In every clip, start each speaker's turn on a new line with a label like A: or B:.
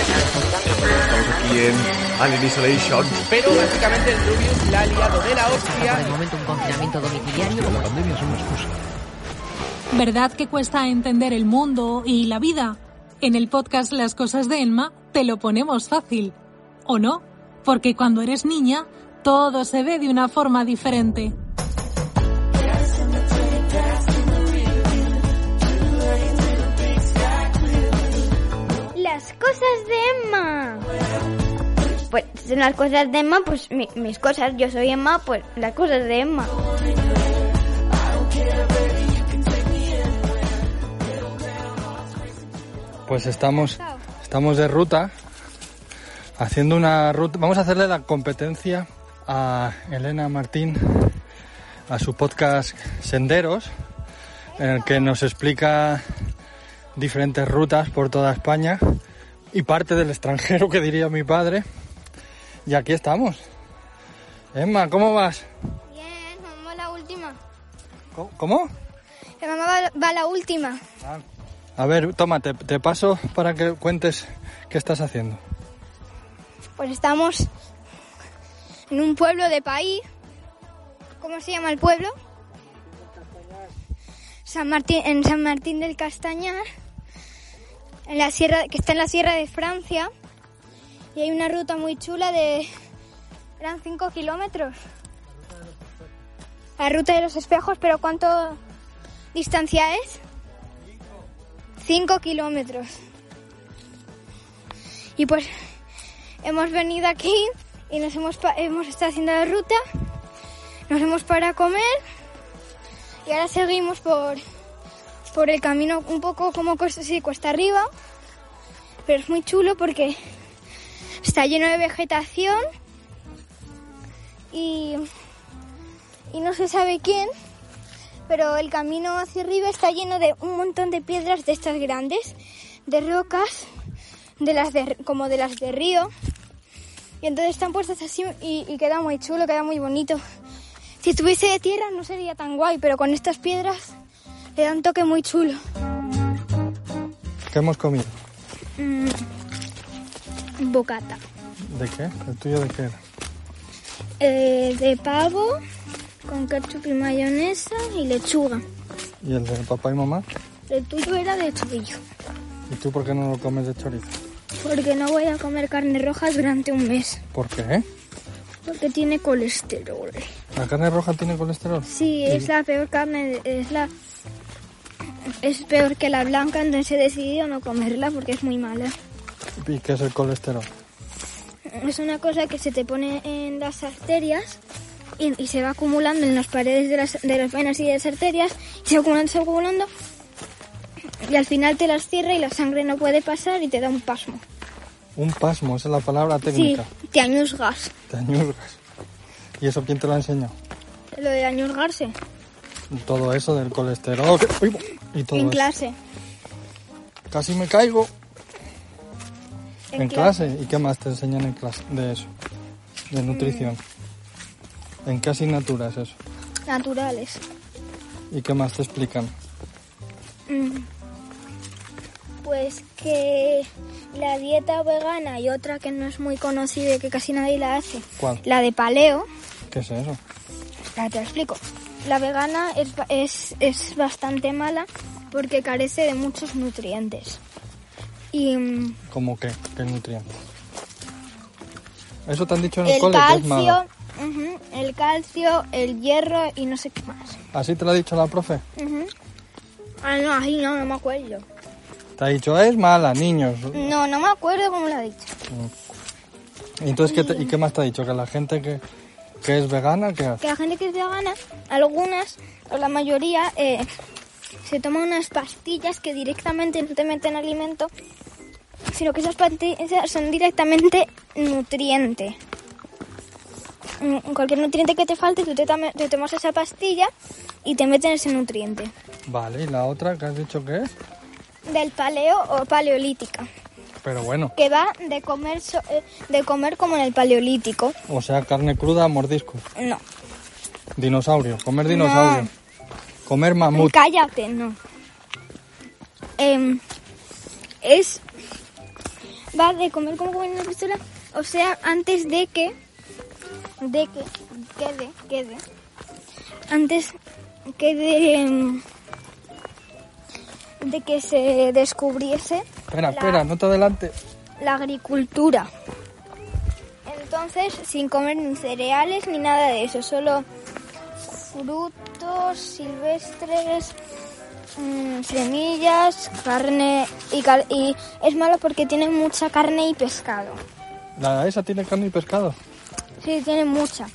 A: Estamos aquí en Alien Isolation.
B: pero básicamente el Rubius la ha liado de la
C: de
B: hostia.
C: momento un confinamiento domiciliario.
D: La pandemia es una excusa.
E: ¿Verdad que cuesta entender el mundo y la vida? En el podcast Las cosas de Elma te lo ponemos fácil. ¿O no? Porque cuando eres niña, todo se ve de una forma diferente.
F: Las cosas de Emma. Pues en las cosas de Emma, pues mi- mis cosas, yo soy Emma, pues las cosas de Emma.
G: Pues estamos, estamos de ruta, haciendo una ruta. Vamos a hacerle la competencia a Elena Martín, a su podcast Senderos, en el que nos explica diferentes rutas por toda España y parte del extranjero, que diría mi padre. Y aquí estamos. Emma, ¿cómo vas?
F: Bien, mamá la última.
G: Co- ¿Cómo?
F: La mamá va, la última.
G: A ver, toma, te- te paso para que cuentes qué estás haciendo.
F: Pues estamos en un pueblo de país. ¿Cómo se llama el pueblo? San Martín, en San Martín del Castañar, en la sierra, que está en la sierra de Francia. Y hay una ruta muy chula de... Eran 5 kilómetros. La ruta de los espejos, pero ¿cuánto distancia es? 5 kilómetros. Y pues hemos venido aquí y nos hemos, pa- hemos estado haciendo la ruta, nos hemos parado a comer y ahora seguimos por, por el camino un poco como cuesta, sí, cuesta arriba, pero es muy chulo porque está lleno de vegetación y, y no se sabe quién, pero el camino hacia arriba está lleno de un montón de piedras de estas grandes, de rocas, de las de- como de las de río. Y entonces están puestas así y, y queda muy chulo, queda muy bonito. Si estuviese de tierra no sería tan guay, pero con estas piedras le da un toque muy chulo.
G: ¿Qué hemos comido?
F: Bocata.
G: ¿De qué? ¿El tuyo de qué era?
F: Eh, de pavo con ketchup y mayonesa y lechuga.
G: ¿Y el de papá y mamá?
F: El tuyo era de chorizo,
G: ¿Y tú por qué no lo comes de chorizo?
F: porque no voy a comer carne roja durante un mes,
G: ¿Por qué?
F: porque tiene colesterol.
G: ¿La carne roja tiene colesterol?
F: Sí, es la peor carne, es la es peor que la blanca, entonces he decidido no comerla porque es muy mala.
G: ¿Y qué es el colesterol?
F: Es una cosa que se te pone en las arterias y, y se va acumulando en las paredes de las, de las venas y de las arterias, y se va acumulando, se va acumulando, y al final te las cierra y la sangre no puede pasar y te da un pasmo.
G: Un pasmo, esa es la palabra técnica.
F: Sí, te añusgas.
G: Te añurgas. ¿Y eso quién te lo ha enseñado?
F: Lo de añusgarse,
G: Todo eso del colesterol. que- uy, Y todo
F: en
G: eso.
F: clase.
G: Casi me caigo.
F: En
G: En, clase. ¿Y qué más te enseñan en clase de eso?
F: Mm.
G: De nutrición. ¿En qué asignatura es eso?
F: Naturales.
G: ¿Y qué más te explican?
F: Mm. Pues que la dieta vegana y otra que no es muy conocida y que casi nadie la hace.
G: ¿Cuál?
F: La de paleo.
G: ¿Qué es eso?
F: Ahora te lo explico. La vegana es, ba- es, es bastante mala porque carece de muchos nutrientes. Y mm,
G: ¿Cómo qué? ¿Qué nutrientes? Eso te han dicho en el,
F: el
G: cole que es malo.
F: calcio, ujú, el calcio, el hierro y no sé qué más.
G: ¿Así te lo ha dicho la profe?
F: Ujú. Ah, no, ahí no, no me acuerdo.
G: Te ha dicho, es mala, niños.
F: No, no me acuerdo cómo lo ha dicho.
G: ¿Y entonces qué, te- y qué más te ha dicho? ¿Que la gente que, que es vegana, qué hace?
F: que la gente que es vegana, algunas, o la mayoría, eh, se toma unas pastillas que directamente no te meten alimento, sino que esas plantillas son directamente nutriente. Mm, Cualquier nutriente que te falte, tú te, tame- te tomas esa pastilla y te meten ese nutriente.
G: Vale, ¿y la otra que has dicho que es?
F: Del paleo o paleolítica,
G: Pero bueno,
F: que va de comer, so- eh, de comer como en el paleolítico.
G: o sea, carne cruda, mordisco.
F: No,
G: Dinosaurio, comer dinosaurio. Comer mamut.
F: cállate, no. Em, es. Va de comer como comer una pistola, o sea, antes de que. De que. Quede, quede. Antes que de. em, de que se descubriese
G: Espera,
F: la-
G: espera, no te adelante.
F: la agricultura. Entonces, sin comer ni cereales ni nada de eso, solo frutos silvestres, mm, semillas, carne y, car- y es malo porque tiene mucha carne y pescado.
G: La esa tiene carne y pescado.
F: Sí, tiene mucha.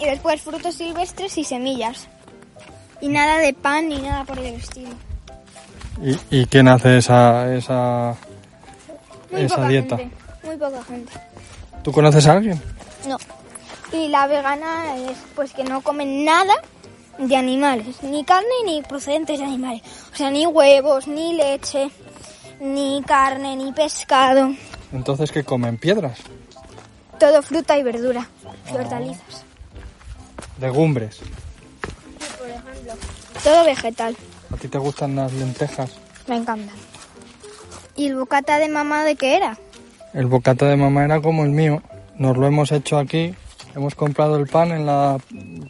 F: Y después frutos silvestres y semillas. Y nada de pan ni nada por el estilo.
G: ¿Y, y quién hace esa, esa,
F: Muy
G: esa
F: poca
G: dieta?
F: gente. Muy poca gente.
G: ¿Tú conoces a alguien?
F: No. Y la vegana es pues que no comen nada de animales, ni carne ni procedentes de animales. O sea, ni huevos, ni leche, ni carne, ni pescado.
G: Entonces, ¿qué comen? ¿Piedras?
F: Todo fruta y verdura y hortalizas.
G: ¿Legumbres?
F: Todo vegetal.
G: ¿A ti te gustan las lentejas?
F: Me encanta. ¿Y el bocata de mamá de qué era?
G: El bocata de mamá era como el mío. Nos lo hemos hecho aquí. Hemos comprado el pan en la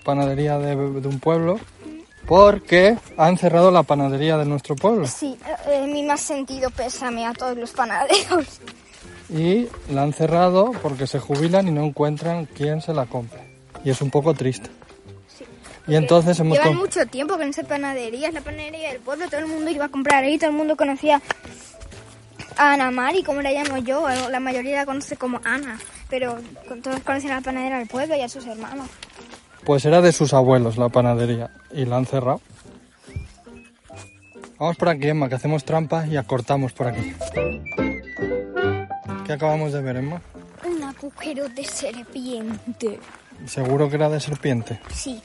G: panadería de, de un pueblo. Porque han cerrado la panadería de nuestro pueblo.
F: Sí, eh, mi más sentido pésame a todos los panaderos.
G: Y la han cerrado porque se jubilan y no encuentran quién se la compre. Y es un poco triste. Y entonces hemos...
F: Llevan
G: com-
F: mucho tiempo con esa panadería, es la panadería del pueblo, todo el mundo iba a comprar ahí, todo el mundo conocía a Ana Mari, como la llamo yo, o la mayoría la conoce como Ana, pero con- todos conocen a la panadera del pueblo y a sus hermanos.
G: Pues era de sus abuelos la panadería y la han cerrado. Vamos por aquí, Emma, que hacemos trampa y acortamos por aquí. ¿Qué acabamos de ver, Emma?
F: Un agujero de serpiente.
G: Seguro que era de serpiente.
F: Sí,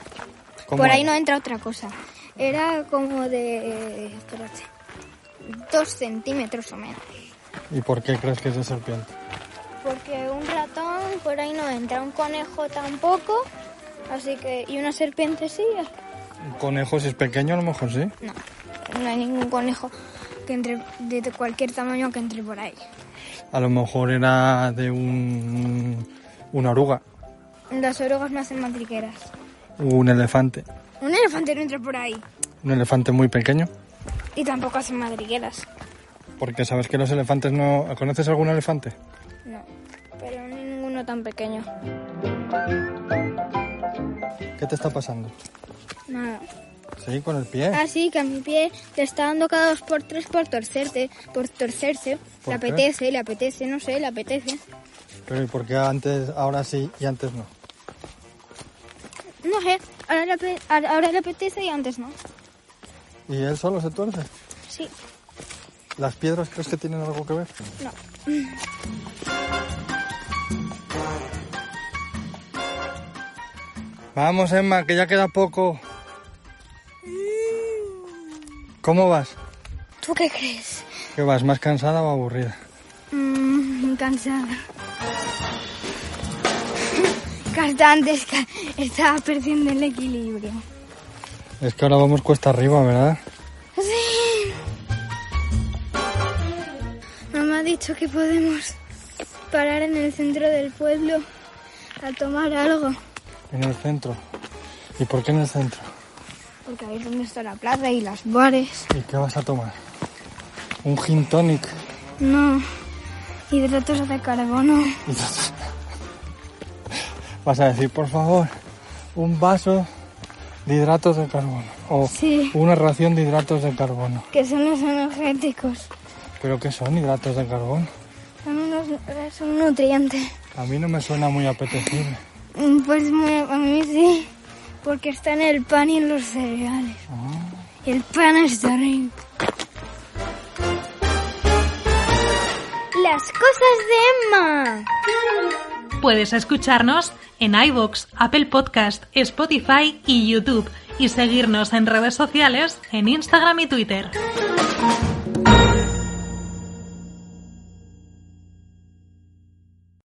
G: ¿Cómo
F: por ahí
G: era?
F: no entra otra cosa. Era como de... espérate, dos centímetros o menos.
G: ¿Y por qué crees que es de serpiente?
F: Porque un ratón por ahí no entra, un conejo tampoco, así que... y una serpiente sí,
G: ¿Un conejo si es pequeño? A lo mejor sí.
F: No, no hay ningún conejo que entre de de cualquier tamaño que entre por ahí.
G: A lo mejor era de un, una oruga,
F: Las orugas no hacen matriqueras.
G: un elefante.
F: Un elefante no entra por ahí
G: Un elefante muy pequeño.
F: y tampoco hacen madrigueras.
G: Porque sabes que los elefantes no... ¿Conoces algún elefante?
F: No, pero no hay ninguno tan pequeño.
G: ¿Qué te está pasando?
F: Nada.
G: Sí, con el pie.
F: Así que a mi pie le está dando cada dos por tres por torcerte, por torcerse.
G: ¿Por
F: le
G: qué?
F: apetece, le apetece, no sé, le apetece.
G: Pero ¿y por qué antes, ahora sí y antes no?
F: No sé, ahora le, ape- ahora le apetece y antes no.
G: ¿Y él solo se tuerce?
F: Sí,
G: ¿Las piedras crees que tienen algo que ver?
F: no.
G: Vamos, Emma, que ya queda poco. ¿Cómo vas?
F: ¿Tú qué crees?
G: ¿Qué vas, más cansada o aburrida?
F: Mmm, cansada. Cantantes, estaba perdiendo el equilibrio.
G: Es que ahora vamos cuesta arriba, ¿verdad?
F: Mamá ha dicho que podemos parar en el centro del pueblo a tomar algo.
G: En el centro. ¿Y por qué en el centro?
F: Porque ahí es donde está la plaza y las bares.
G: ¿Y qué vas a tomar? Un gin tonic.
F: No, hidratos de carbono.
G: Entonces, Vas a decir, por favor, un vaso de hidratos de carbono. O
F: Sí.
G: una ración de hidratos de carbono.
F: Que son los energéticos.
G: ¿Pero qué son hidratos de carbono?
F: Son unos es un nutriente.
G: A mí no me suena muy apetecible.
F: Mm, Pues me- a mí sí, porque está en el pan y en los cereales. Y el pan está rico. Las cosas de Emma.
E: Puedes escucharnos en iVoox, Apple Podcast, Spotify y YouTube y seguirnos en redes sociales en Instagram y Twitter.